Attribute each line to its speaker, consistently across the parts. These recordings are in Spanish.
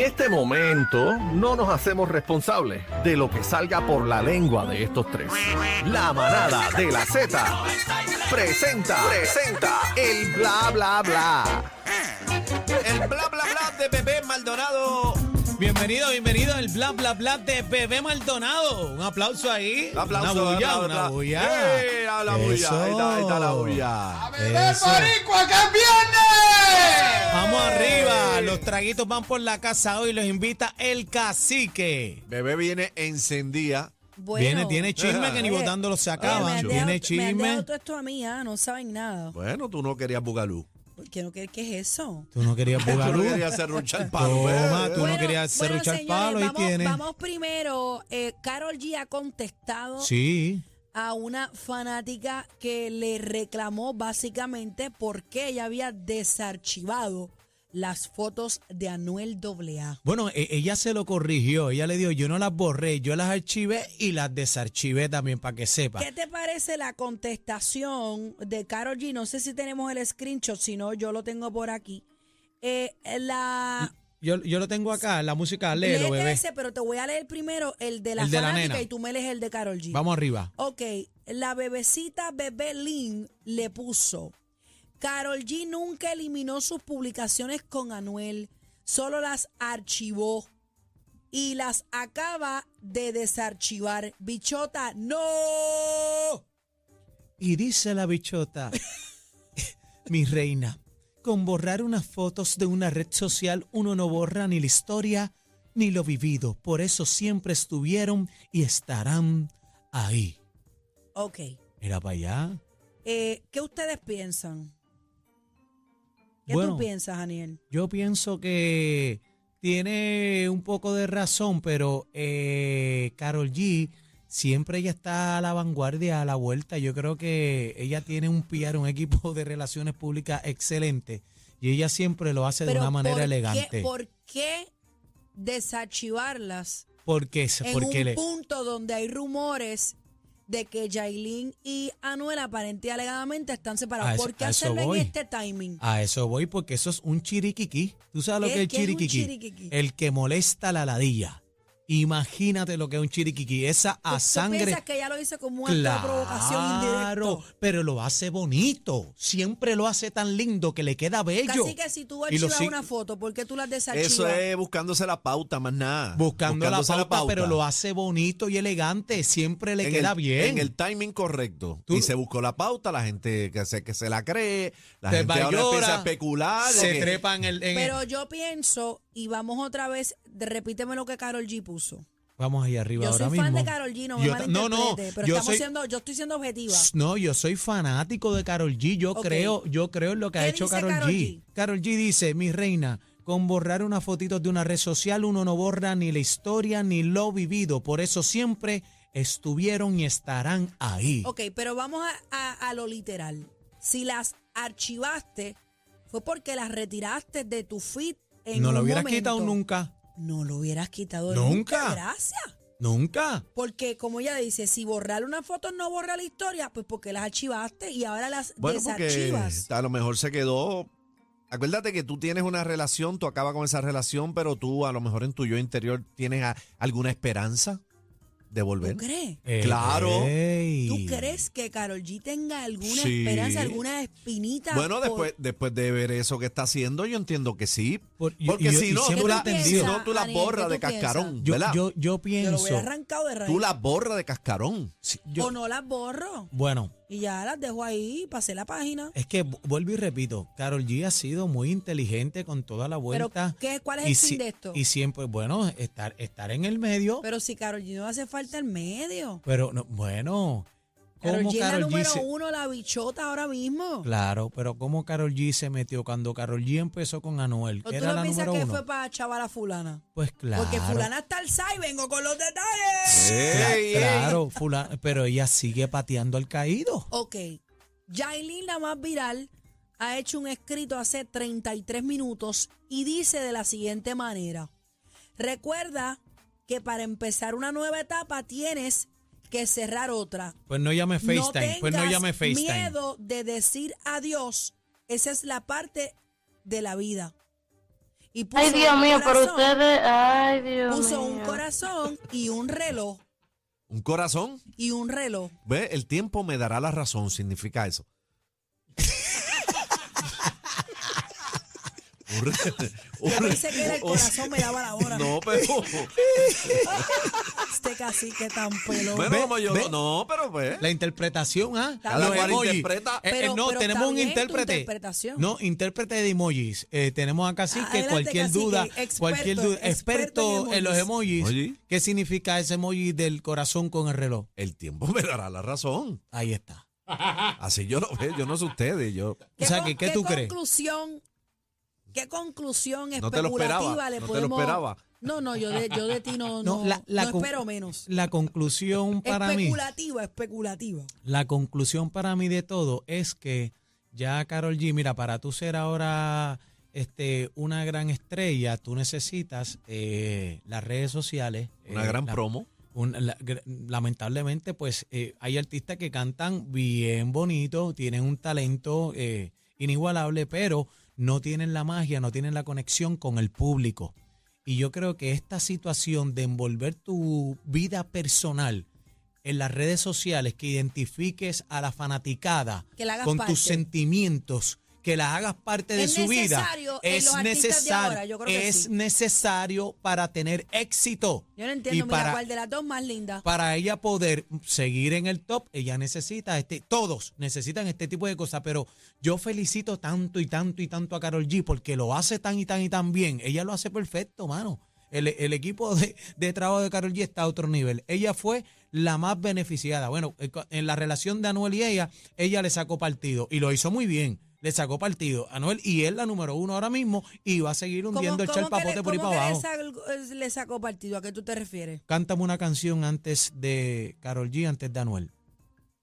Speaker 1: este momento no nos hacemos responsables de lo que salga por la lengua de estos tres. La manada de la Z presenta, presenta el bla bla bla.
Speaker 2: El bla bla bla de Bebé Maldonado.
Speaker 3: Bienvenido, bienvenido al bla bla bla de Bebé Maldonado. Un aplauso ahí.
Speaker 2: Un aplauso,
Speaker 3: una bulla,
Speaker 2: aplauso,
Speaker 3: una
Speaker 2: aplauso.
Speaker 3: bulla.
Speaker 2: ¡Eh! la, la bulla! Ahí está, ahí está la
Speaker 3: Eso.
Speaker 2: bulla.
Speaker 3: Eso.
Speaker 4: viernes!
Speaker 3: Vamos arriba. Los traguitos van por la casa hoy. Los invita el cacique.
Speaker 2: Bebé viene encendida.
Speaker 5: Bueno,
Speaker 3: Viene, tiene chisme que ni
Speaker 5: Oye,
Speaker 3: votándolo se
Speaker 5: oye, me
Speaker 3: acaba.
Speaker 5: han dejado-
Speaker 3: Tiene
Speaker 5: Me han dejado
Speaker 3: chisme.
Speaker 5: todo esto a mí, ah, no saben nada.
Speaker 2: Bueno, tú no querías bugalú.
Speaker 5: ¿Qué, no, qué, qué es eso?
Speaker 3: Tú no querías
Speaker 2: Tú no
Speaker 3: bugalú.
Speaker 2: querías serruchar palo. pues.
Speaker 3: Toma,
Speaker 2: bebé.
Speaker 3: tú. no querías serruchar palo, ahí
Speaker 5: vamos,
Speaker 3: tiene.
Speaker 5: Vamos primero, eh, Carol G ha contestado
Speaker 3: Sí.
Speaker 5: a una fanática que le reclamó básicamente por qué ella había desarchivado las fotos de Anuel AA.
Speaker 3: Bueno, e- ella se lo corrigió. Ella le dijo, yo no las borré, yo las archivé y las desarchivé también para que sepa.
Speaker 5: ¿Qué te parece la contestación de Carol G? No sé si tenemos el screenshot, si no, yo lo tengo por aquí. Eh, la
Speaker 3: Yo, yo lo tengo acá, la música, léelo,
Speaker 5: Léete
Speaker 3: bebé.
Speaker 5: ese, pero te voy a leer primero el de la
Speaker 3: El de la
Speaker 5: fanática
Speaker 3: nena.
Speaker 5: y tú me lees el de Carol G.
Speaker 3: Vamos arriba.
Speaker 5: Ok, la bebecita bebé Lynn le puso. Carol G nunca eliminó sus publicaciones con Anuel, solo las archivó y las acaba de desarchivar. Bichota, no.
Speaker 3: Y dice la bichota, mi reina, con borrar unas fotos de una red social uno no borra ni la historia ni lo vivido. Por eso siempre estuvieron y estarán ahí.
Speaker 5: Ok,
Speaker 3: Mira para allá.
Speaker 5: eh, ¿qué ustedes piensan? ¿Qué
Speaker 3: Bueno.
Speaker 5: tú piensas, Daniel?
Speaker 3: Yo pienso que tiene un poco de razón, pero eh, Carol G siempre ella está a la vanguardia, a la vuelta. Yo creo que ella tiene un PR, un equipo de relaciones públicas excelente. Y ella siempre lo hace de una manera
Speaker 5: ¿por qué-
Speaker 3: elegante.
Speaker 5: ¿Por qué desarchivarlas
Speaker 3: porque es-
Speaker 5: en
Speaker 3: porque
Speaker 5: un
Speaker 3: le-
Speaker 5: punto donde hay rumores de que Yailin y Anuel aparentemente y alegadamente están separados.
Speaker 3: A eso-
Speaker 5: ¿Por qué
Speaker 3: a eso
Speaker 5: hacerlo
Speaker 3: voy.
Speaker 5: en este timing?
Speaker 3: a eso voy porque eso es un chiriquiquí. ¿Tú sabes lo
Speaker 5: ¿Qué-
Speaker 3: que es el
Speaker 5: qué es un
Speaker 3: chiriquiquí?
Speaker 5: chiriquiquí?
Speaker 3: El que molesta la ladilla. Imagínate lo que es un chiriquiquí. Esa
Speaker 5: ¿Tú-
Speaker 3: a
Speaker 5: tú
Speaker 3: sangre.
Speaker 5: piensas que ella lo hizo como una provocación
Speaker 3: Claro,
Speaker 5: indirecta?
Speaker 3: pero lo hace bonito. Siempre lo hace tan lindo que le queda bello.
Speaker 5: Así que si tú
Speaker 3: Y lo
Speaker 5: archivas
Speaker 3: sig-
Speaker 5: una foto, ¿por qué tú la desarchivas?
Speaker 2: Eso es buscándose la pauta, más nada.
Speaker 3: Buscando la
Speaker 2: Buscándose
Speaker 3: pauta, pero lo hace bonito y elegante. Siempre le
Speaker 2: En
Speaker 3: queda
Speaker 2: el-
Speaker 3: bien.
Speaker 2: En el timing correcto.
Speaker 3: Tú-
Speaker 2: Y se buscó la pauta, la gente que se, que se la cree, la
Speaker 3: Te
Speaker 2: gente ahora
Speaker 3: bayora,
Speaker 2: empieza a especular. de
Speaker 3: se
Speaker 2: que-
Speaker 3: trepa en el. en el-
Speaker 5: Pero yo pienso, y vamos otra vez, de- repíteme lo que Carol G puso.
Speaker 3: Vamos ahí arriba
Speaker 5: Yo
Speaker 3: ahora
Speaker 5: soy
Speaker 3: mismo.
Speaker 5: fan de Carol G, no me
Speaker 3: Yo ta- no,
Speaker 5: malinterprete,
Speaker 3: no,
Speaker 5: pero
Speaker 3: yo
Speaker 5: estamos
Speaker 3: soy-
Speaker 5: siendo, yo estoy siendo objetiva.
Speaker 3: No, yo soy fanático de Carol G. Yo
Speaker 5: Ok.
Speaker 3: creo, yo creo en lo que ha
Speaker 5: ¿Qué
Speaker 3: hecho
Speaker 5: dice
Speaker 3: Carol
Speaker 5: Karol
Speaker 3: G.
Speaker 5: G?
Speaker 3: Carol G dice, mi reina, con borrar unas fotitos de una red social uno no borra ni la historia ni lo vivido. Por eso siempre estuvieron y estarán ahí.
Speaker 5: Ok, pero vamos a, a- a lo literal. Si las archivaste, fue porque las retiraste de tu feed en
Speaker 3: no
Speaker 5: un
Speaker 3: lo hubieras
Speaker 5: momento.
Speaker 3: quitado nunca.
Speaker 5: No lo hubieras quitado
Speaker 3: Nunca.
Speaker 5: nunca. Gracias.
Speaker 3: Nunca.
Speaker 5: Porque como ella dice, si borrar una foto no borra la historia, pues porque las archivaste y ahora las
Speaker 2: Bueno, porque
Speaker 5: desarchivas.
Speaker 2: a lo mejor se quedó. Acuérdate que tú tienes una relación, tú acabas con esa relación, pero tú a lo mejor en tu yo interior tienes a- alguna esperanza de volver.
Speaker 5: ¿Tú crees?
Speaker 2: Eh, Claro.
Speaker 3: Ey.
Speaker 5: ¿Tú crees que Carol G tenga alguna
Speaker 2: Sí.
Speaker 5: esperanza, alguna espinita?
Speaker 2: Bueno,
Speaker 5: por-
Speaker 2: después, después de ver eso que está haciendo, yo entiendo que sí.
Speaker 3: Por- yo-
Speaker 2: Porque
Speaker 3: yo- y
Speaker 2: si no,
Speaker 3: siempre
Speaker 2: tú
Speaker 5: lo he
Speaker 2: la-
Speaker 5: entendido.
Speaker 2: si no, tú la
Speaker 5: Ariel, ¿qué
Speaker 2: borras
Speaker 5: tú
Speaker 2: de cascarón,
Speaker 3: Yo,
Speaker 2: ¿verdad?
Speaker 3: yo, yo
Speaker 5: Yo lo hubiera
Speaker 3: pienso.
Speaker 5: arrancado de raíz.
Speaker 2: tú la borras de cascarón.
Speaker 3: si- yo-
Speaker 5: O no las borro.
Speaker 3: bueno,
Speaker 5: Y ya las dejo ahí, pasé la página.
Speaker 3: es que vu- vuelvo y repito, Carol G ha sido muy inteligente con toda la
Speaker 5: Pero,
Speaker 3: vuelta.
Speaker 5: ¿qué, ¿cuál es
Speaker 3: y
Speaker 5: el fin
Speaker 3: si-
Speaker 5: de esto?
Speaker 3: Y siempre, bueno, estar, estar en el medio, pero,
Speaker 5: Pero si Carol G no hace falta el medio.
Speaker 3: no, bueno,
Speaker 5: Carol
Speaker 3: ¿cómo
Speaker 5: G es la
Speaker 3: Karol G
Speaker 5: número
Speaker 3: se-
Speaker 5: uno, la bichota ahora mismo.
Speaker 3: Claro, pero ¿cómo Carol G se metió cuando Carol G empezó con Anuel?
Speaker 5: ¿O
Speaker 3: Que
Speaker 5: tú
Speaker 3: era
Speaker 5: no
Speaker 3: la
Speaker 5: piensas
Speaker 3: número
Speaker 5: que
Speaker 3: uno.
Speaker 5: fue para chaval a fulana?
Speaker 3: Pues claro.
Speaker 5: Porque fulana está al SAI, vengo con los detalles.
Speaker 3: Cla-
Speaker 2: Ey, ey.
Speaker 3: claro, fulana- pero ella sigue pateando al caído.
Speaker 5: Ok, Yailin, la más viral, ha hecho un escrito hace 33 minutos y dice de la siguiente manera. Recuerda que para empezar una nueva etapa tienes que cerrar otra.
Speaker 3: Pues no llame FaceTime,
Speaker 5: no
Speaker 3: pues no
Speaker 5: tengas
Speaker 3: llame FaceTime.
Speaker 5: miedo de decir adiós. Esa es la parte de la vida. Y puso
Speaker 4: Ay, Dios
Speaker 5: un
Speaker 4: mío, pero
Speaker 5: corazón,
Speaker 4: ustedes. Ay, Dios
Speaker 5: Puso
Speaker 4: mío.
Speaker 5: un corazón y un reloj.
Speaker 2: Un corazón,
Speaker 5: Y un reloj.
Speaker 2: ve, el tiempo me dará la razón, significa eso. Un re- un
Speaker 5: Yo
Speaker 2: re-
Speaker 5: pensé que era el
Speaker 2: o-
Speaker 5: corazón me daba la hora.
Speaker 2: No, pero.
Speaker 5: Este cacique tan pelón.
Speaker 2: Bueno,
Speaker 3: Ve,
Speaker 2: como yo.
Speaker 3: ve.
Speaker 2: no, No, pero pues.
Speaker 3: La interpretación, ¿ah?
Speaker 5: Cada
Speaker 3: Los
Speaker 5: cual
Speaker 3: emojis.
Speaker 2: interpreta.
Speaker 3: Eh, eh,
Speaker 5: Pero-
Speaker 3: no,
Speaker 5: pero
Speaker 3: tenemos
Speaker 5: está
Speaker 3: un
Speaker 5: bien tu
Speaker 3: intérprete.
Speaker 5: interpretación.
Speaker 3: No, intérprete de emojis. Eh, tenemos acá sí que
Speaker 5: Adelante,
Speaker 3: cualquier
Speaker 5: cacique,
Speaker 3: duda,
Speaker 5: experto,
Speaker 3: cualquier duda,
Speaker 5: experto
Speaker 3: experto
Speaker 5: en
Speaker 3: en, los emojis.
Speaker 2: Oye.
Speaker 3: ¿Qué significa ese emoji del corazón con el reloj?
Speaker 2: El tiempo me dará la razón.
Speaker 3: Ahí está.
Speaker 2: Así yo lo veo, yo no sé ustedes, yo.
Speaker 3: O sea, que,
Speaker 5: con-
Speaker 3: ¿qué tú crees?
Speaker 5: conclusión, ¿Qué conclusión
Speaker 2: No te lo
Speaker 5: especulativa
Speaker 2: esperaba.
Speaker 5: le
Speaker 2: no te lo
Speaker 5: podemos...?
Speaker 2: esperaba.
Speaker 5: No, no, yo de, yo de ti no, no,
Speaker 3: No, la- la
Speaker 5: no
Speaker 3: con-
Speaker 5: espero menos.
Speaker 3: La conclusión para mí,
Speaker 5: especulativa, especulativa.
Speaker 3: la conclusión para mí de todo es que ya Carol G, mira, para tú ser ahora este una gran estrella, tú necesitas eh, las redes sociales,
Speaker 2: Una
Speaker 3: eh,
Speaker 2: gran
Speaker 3: la-
Speaker 2: promo.
Speaker 3: un- la- gr- lamentablemente, pues eh, hay artistas que cantan bien bonito, tienen un talento eh, inigualable, pero no tienen la magia, no tienen la conexión con el público. Y yo creo que esta situación de envolver tu vida personal en las redes sociales, que identifiques a la fanaticada
Speaker 5: Que la hagas
Speaker 3: con
Speaker 5: parte.
Speaker 3: tus sentimientos, que la hagas parte de
Speaker 5: Es
Speaker 3: su vida,
Speaker 5: necesario en los artistas de ahora, yo creo que
Speaker 3: es
Speaker 5: sí.
Speaker 3: necesario para tener éxito.
Speaker 5: Yo no entiendo,
Speaker 3: y
Speaker 5: mira,
Speaker 3: para,
Speaker 5: cuál de las dos más linda.
Speaker 3: para ella poder seguir en el top, ella necesita este, todos necesitan este tipo de cosas, pero yo felicito tanto y tanto y tanto a Carol G porque lo hace tan y tan y tan bien. Ella lo hace perfecto, mano. El, el equipo de, de trabajo de Carol G está a otro nivel. Ella fue la más beneficiada. Bueno, eh, co- en la relación de Anuel y ella, ella le sacó partido y lo hizo muy bien. Le sacó partido a Anuel y es la número uno ahora mismo y va a seguir hundiendo el
Speaker 5: que le-
Speaker 3: charpapote por ahí
Speaker 5: cómo
Speaker 3: para
Speaker 5: que
Speaker 3: abajo.
Speaker 5: le sal- eh, le sacó partido? ¿A qué tú te refieres?
Speaker 3: Cántame una canción antes de Carol G, antes de Anuel.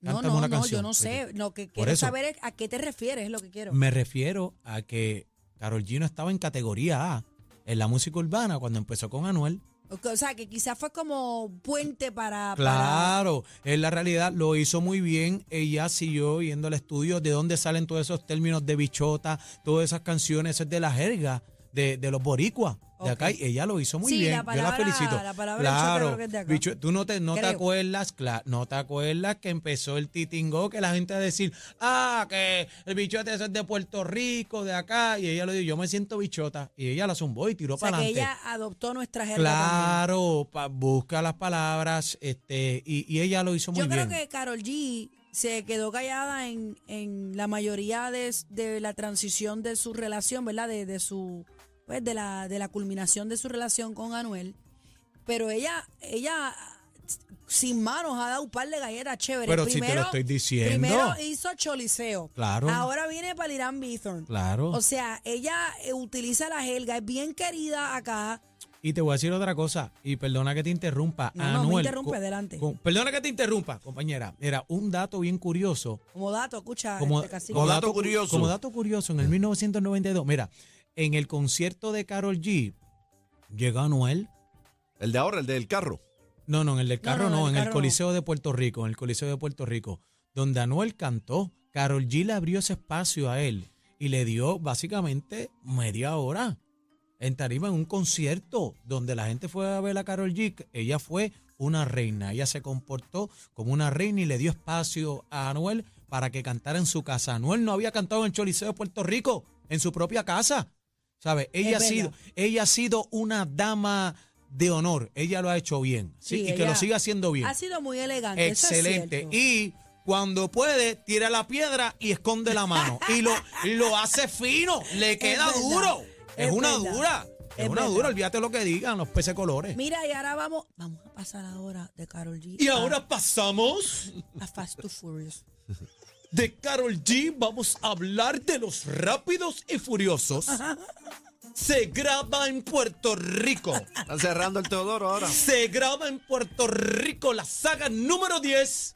Speaker 5: No,
Speaker 3: Cántame
Speaker 5: no,
Speaker 3: una
Speaker 5: no, yo
Speaker 3: canción,
Speaker 5: no sé. Lo que
Speaker 3: Por
Speaker 5: quiero
Speaker 3: eso.
Speaker 5: saber es a qué te refieres, es lo que quiero.
Speaker 3: Me refiero a que Carol G no estaba en categoría A en la música urbana cuando empezó con Anuel.
Speaker 5: O sea, que quizás fue como puente para... para-
Speaker 3: Claro, en la realidad lo hizo muy bien. Ella siguió yendo al estudio. ¿De dónde salen todos esos términos de bichota, todas esas canciones? Eso es de la jerga, de, de los boricuas. De acá,
Speaker 5: Ok.
Speaker 3: y ella lo hizo muy
Speaker 5: Sí,
Speaker 3: bien.
Speaker 5: la
Speaker 3: Yo la
Speaker 5: palabra-
Speaker 3: felicito.
Speaker 5: la palabra bichota
Speaker 3: claro,
Speaker 5: creo que es de acá.
Speaker 3: bicho- tú no te, no te
Speaker 5: Creo.
Speaker 3: acuerdas, cla- no te acuerdas que empezó el titingo, que la gente a decir, ah, que el bichote eso es de Puerto Rico, de acá. Y ella lo dijo, yo me siento bichota. Y ella la zumbó y tiró
Speaker 5: O sea,
Speaker 3: para
Speaker 5: que
Speaker 3: adelante.
Speaker 5: ella adoptó nuestra jerga también.
Speaker 3: Claro, pa- busca las palabras este y, y ella lo hizo muy
Speaker 5: Yo creo
Speaker 3: bien.
Speaker 5: que Carol G se quedó callada en, en la mayoría de, de la transición de su relación, ¿verdad? De, de su pues de la de la culminación de su relación con Anuel. Pero ella ella sin manos ha dado un par de galletas chéveres.
Speaker 3: Pero si te lo estoy diciendo.
Speaker 5: Primero hizo Choliseo.
Speaker 3: Claro.
Speaker 5: Ahora viene para Irán Bithorn.
Speaker 3: Claro.
Speaker 5: O sea, ella eh, utiliza la jerga, es bien querida acá.
Speaker 3: y te voy a decir otra cosa y perdona que te interrumpa,
Speaker 5: No, no, me
Speaker 3: Anuel.
Speaker 5: interrumpe,
Speaker 3: co-
Speaker 5: adelante.
Speaker 3: con- perdona que te interrumpa, compañera. Era un dato bien curioso.
Speaker 5: Como dato, escucha,
Speaker 3: Como,
Speaker 5: este cacique.
Speaker 2: como dato
Speaker 3: cu-
Speaker 2: curioso.
Speaker 3: Como dato curioso, en el 1992, mira, en el concierto de Carol G llegó Anuel.
Speaker 2: El de ahora, el del carro.
Speaker 3: No, no, en el del
Speaker 5: No, no,
Speaker 3: carro no,
Speaker 5: no, en el
Speaker 3: en el
Speaker 5: carro no.
Speaker 3: Coliseo de Puerto Rico, en el Coliseo de Puerto Rico, donde Anuel cantó. Carol G le abrió ese espacio a él y le dio básicamente media hora en tarima en un concierto donde la gente fue a ver a Carol G. Ella fue una reina, ella se comportó como una reina y le dio espacio a Anuel para que cantara en su casa. Anuel no había cantado en el Coliseo de Puerto Rico, en su propia casa. ¿Sabes? Ella ha
Speaker 5: verdad.
Speaker 3: sido ella ha sido una dama de honor. Ella lo ha hecho bien. ¿sí?
Speaker 5: Sí,
Speaker 3: y que
Speaker 5: ella
Speaker 3: lo siga haciendo bien.
Speaker 5: Ha sido muy elegante. eso es
Speaker 3: Excelente.
Speaker 5: cierto.
Speaker 3: Y cuando puede, tira la piedra y esconde la mano. y lo, lo hace fino. Le queda
Speaker 5: verdad,
Speaker 3: duro. Es,
Speaker 5: es
Speaker 3: una
Speaker 5: verdad,
Speaker 3: dura. Es,
Speaker 5: es
Speaker 3: una
Speaker 5: verdad.
Speaker 3: dura. Olvídate lo que digan los peces colores.
Speaker 5: Mira, y ahora vamos, vamos a pasar ahora de Carol G.
Speaker 3: y
Speaker 5: a-
Speaker 3: ahora pasamos
Speaker 5: a, Fast to Furious.
Speaker 3: de Carol G. Vamos a hablar de los rápidos y furiosos. Se graba en Puerto Rico.
Speaker 2: Están cerrando el Teodoro ahora.
Speaker 3: Se graba en Puerto Rico la saga número 10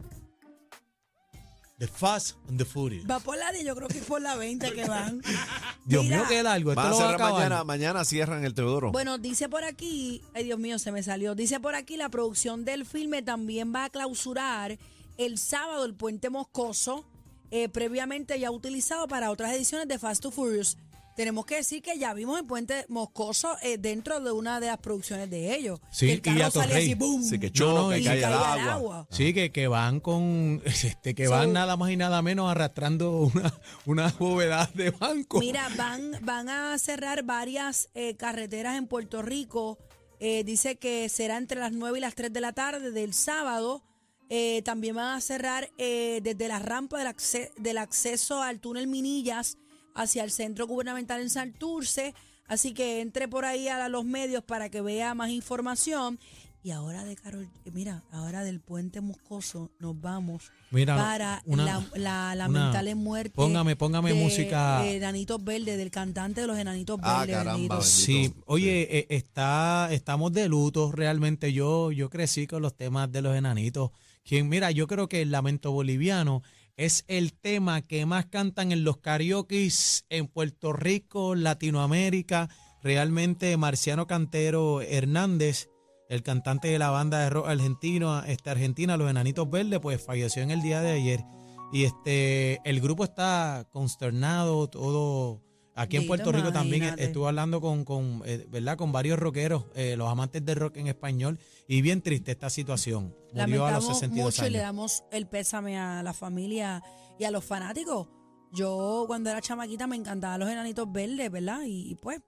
Speaker 3: de Fast and the Furious.
Speaker 5: Va por la de, yo creo que es por la 20 que van.
Speaker 3: Dios
Speaker 5: Mira,
Speaker 3: mío, qué largo. pues
Speaker 2: Van
Speaker 3: Esto
Speaker 2: a
Speaker 3: lo va a
Speaker 2: cerrar
Speaker 3: acabar.
Speaker 2: mañana, mañana cierran el Teodoro.
Speaker 5: Bueno, dice por aquí, ay Dios mío, se me salió. Dice por aquí, la producción del filme también va a clausurar el sábado el puente moscoso, eh, previamente ya utilizado para otras ediciones de Fast to Furious. tenemos que decir que ya vimos en Puente Moscoso eh, dentro de una de las producciones de ellos.
Speaker 3: Sí,
Speaker 5: que el
Speaker 3: y
Speaker 5: carro
Speaker 3: a
Speaker 5: sale
Speaker 3: Torrey.
Speaker 5: así, ¡boom!
Speaker 2: Sí, que
Speaker 3: No,
Speaker 2: choca,
Speaker 3: no,
Speaker 2: que
Speaker 3: y
Speaker 2: cae el
Speaker 5: y caiga el
Speaker 2: agua.
Speaker 5: agua.
Speaker 3: Sí, que, que van con, este, que
Speaker 5: So-
Speaker 3: van nada más y nada menos arrastrando una, una bóveda de banco.
Speaker 5: Mira, van, van a cerrar varias eh, carreteras en Puerto Rico. Eh, dice que será entre las 9 y las 3 de la tarde del sábado. Eh, también van a cerrar eh, desde la rampa del, acce- del acceso al túnel Minillas hacia el centro gubernamental en Santurce. Así que entre por ahí a los medios para que vea más información. Y ahora de Carol, eh, mira, ahora del puente Moscoso nos vamos
Speaker 3: Mira,
Speaker 5: para
Speaker 3: una-
Speaker 5: la, la
Speaker 3: una-
Speaker 5: lamentable muerte.
Speaker 3: Póngame- póngame
Speaker 5: de- eh,
Speaker 3: música.
Speaker 5: de Enanitos Verdes, del cantante de los Enanitos
Speaker 2: Ah,
Speaker 5: Verdes.
Speaker 2: caramba,
Speaker 5: bendito.
Speaker 2: bendito.
Speaker 3: Sí, oye, eh, está, estamos de luto realmente. Yo, yo crecí con los temas de los enanitos. Quien, mira, yo creo que el lamento boliviano es el tema que más cantan en los karaoke en Puerto Rico, Latinoamérica. Realmente Marciano Cantero Hernández, el cantante de la banda de rock argentino, este, Argentina, Los Enanitos Verdes, pues falleció en el día de ayer. Y este, el grupo está consternado, todo. Aquí en
Speaker 5: Dito,
Speaker 3: Puerto Rico también
Speaker 5: imagínate.
Speaker 3: estuvo hablando con, con, eh, ¿verdad? con varios rockeros, eh, los amantes del rock en español, y bien triste esta situación. Murió a los
Speaker 5: Lamentamos
Speaker 3: 62
Speaker 5: mucho y le
Speaker 3: años.
Speaker 5: damos el pésame a la familia y a los fanáticos. Yo cuando era chamaquita me encantaban los Enanitos Verdes, ¿verdad? Y, y pues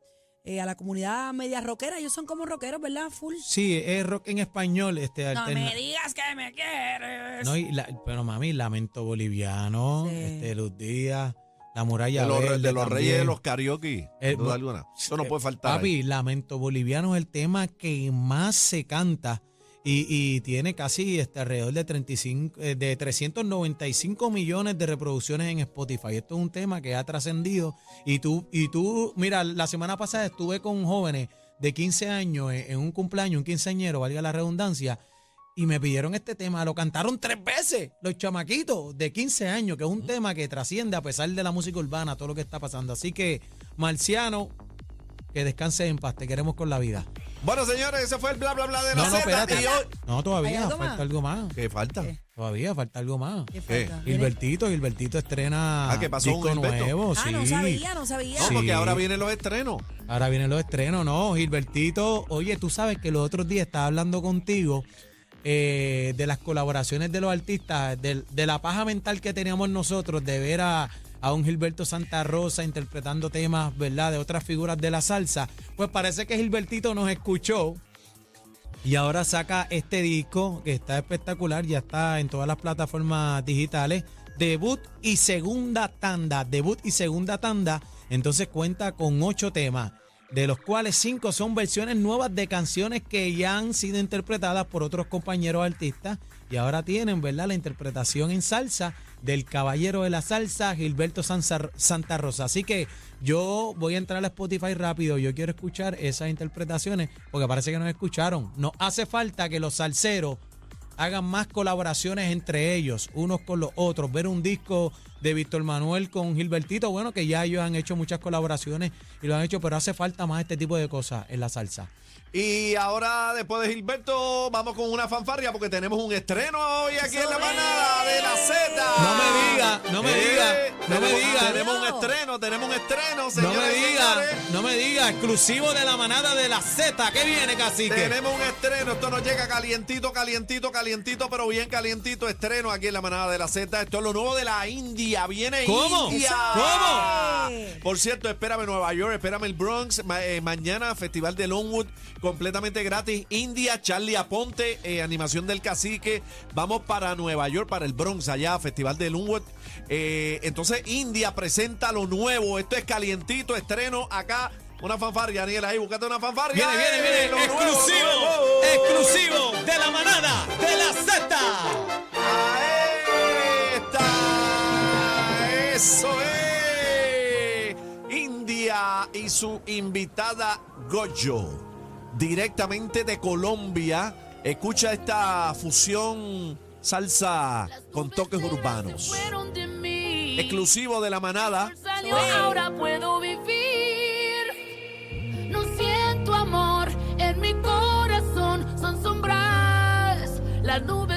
Speaker 5: eh, a la comunidad media rockera, ellos son como rockeros, ¿verdad? Full.
Speaker 3: Sí, es rock en español. Este,
Speaker 5: No
Speaker 3: alterna-
Speaker 5: me digas que me quieres.
Speaker 3: no, y la- pero mami, Lamento Boliviano,
Speaker 5: Sí.
Speaker 3: este, Luz Díaz, La Muralla
Speaker 2: De los,
Speaker 3: Verde
Speaker 2: de los
Speaker 3: también.
Speaker 2: reyes de los karaoke,
Speaker 3: Eh,
Speaker 2: sin duda
Speaker 3: bu-
Speaker 2: alguna. Eso no
Speaker 3: Eh,
Speaker 2: puede faltar. ahí.
Speaker 3: Papi, Lamento Boliviano es el tema que más se canta y, y tiene casi este, alrededor de, 35, eh, de 395 millones de reproducciones en Spotify. Esto es un tema que ha trascendido y tú, y tú, mira, la semana pasada estuve con jóvenes de 15 años eh, en, en un cumpleaños, un quinceañero, valga la redundancia, y me pidieron este tema, lo cantaron tres veces los chamaquitos de 15 años, que es un tema que trasciende a pesar de la música urbana, todo lo que está pasando. Así que, Marciano, que descanse en paz, te queremos con la vida.
Speaker 2: Bueno, señores, ese fue el bla bla bla de la
Speaker 3: No, no,
Speaker 2: Z,
Speaker 3: espérate.
Speaker 2: y hoy-
Speaker 3: No, todavía,
Speaker 5: ¿Hay algo
Speaker 3: falta
Speaker 5: más?
Speaker 3: algo más.
Speaker 2: ¿Qué falta?
Speaker 5: ¿Qué?
Speaker 3: Todavía falta algo más.
Speaker 5: Qué falta.
Speaker 3: Gilbertito, Gilbertito estrena
Speaker 2: Ah, ¿qué pasó con
Speaker 3: disco
Speaker 2: Gilberto?
Speaker 3: nuevo.
Speaker 5: Ah,
Speaker 3: sí.
Speaker 5: no sabía, no sabía.
Speaker 2: No,
Speaker 3: Sí.
Speaker 2: porque ahora vienen los estrenos.
Speaker 3: Ahora vienen los estrenos, no, Gilbertito. Oye, tú sabes que los otros días estaba hablando contigo eh, de las colaboraciones de los artistas, del- de, la paja mental que teníamos nosotros de ver a, a un Gilberto Santa Rosa interpretando temas, ¿verdad?, de otras figuras de la salsa. Pues parece que Gilbertito nos escuchó y ahora saca este disco que está espectacular, ya está en todas las plataformas digitales. Debut y segunda tanda. Debut y segunda tanda. Entonces cuenta con ocho temas, de los cuales cinco son versiones nuevas de canciones que ya han sido interpretadas por otros compañeros artistas. Y ahora tienen, ¿verdad?, la interpretación en salsa del caballero de la salsa, Gilberto Sansa- Santa Rosa. Así que yo voy a entrar a Spotify rápido. Yo quiero escuchar esas interpretaciones porque parece que nos escucharon. Nos hace falta que los salseros hagan más colaboraciones entre ellos, unos con los otros. Ver un disco de Víctor Manuel con Gilbertito, bueno, que ya ellos han hecho muchas colaboraciones y lo han hecho, pero hace falta más este tipo de cosas en la salsa.
Speaker 2: Y ahora, después de Gilberto, vamos con una fanfarria porque tenemos un estreno hoy aquí en la manada de la Z.
Speaker 3: No me diga, no me diga, no me
Speaker 2: tenemos-
Speaker 3: diga.
Speaker 2: Tenemos un estreno, tenemos un estreno,
Speaker 3: No
Speaker 2: señores.
Speaker 3: me
Speaker 2: y
Speaker 3: diga,
Speaker 2: señores.
Speaker 3: no me diga, exclusivo de la manada de la Z, que viene cacique.
Speaker 2: Tenemos un estreno, esto nos llega calientito, calientito, calientito, pero bien calientito. Estreno aquí en la manada de la Z. Esto es lo nuevo de la India. Viene
Speaker 3: ¿Cómo?
Speaker 2: India.
Speaker 5: ¿Cómo?
Speaker 2: Por cierto, espérame Nueva York, espérame el Bronx. Ma- eh, mañana, Festival de Longwood, completamente gratis. India, Charlie Aponte, eh, animación del cacique. Vamos para Nueva York, para el Bronx, allá, Festival de Longwood. Eh, entonces, India presenta lo nuevo. Esto es calientito, estreno acá. Una fanfarria, Daniel, ahí, búscate una fanfarria.
Speaker 3: Viene, viene,
Speaker 2: ¡Eh! Lo
Speaker 3: viene,
Speaker 2: nuevo,
Speaker 3: exclusivo,
Speaker 2: lo nuevo.
Speaker 3: exclusivo de la manada de la Z.
Speaker 2: Ahí está. Eso es. India y su invitada Goyo, directamente de Colombia. Escucha esta fusión salsa con toques urbanos.
Speaker 4: Exclusiva.
Speaker 2: Exclusivo de la manada.
Speaker 4: ahora puedo vivir. No siento amor en mi corazón, son sombras. Las nubes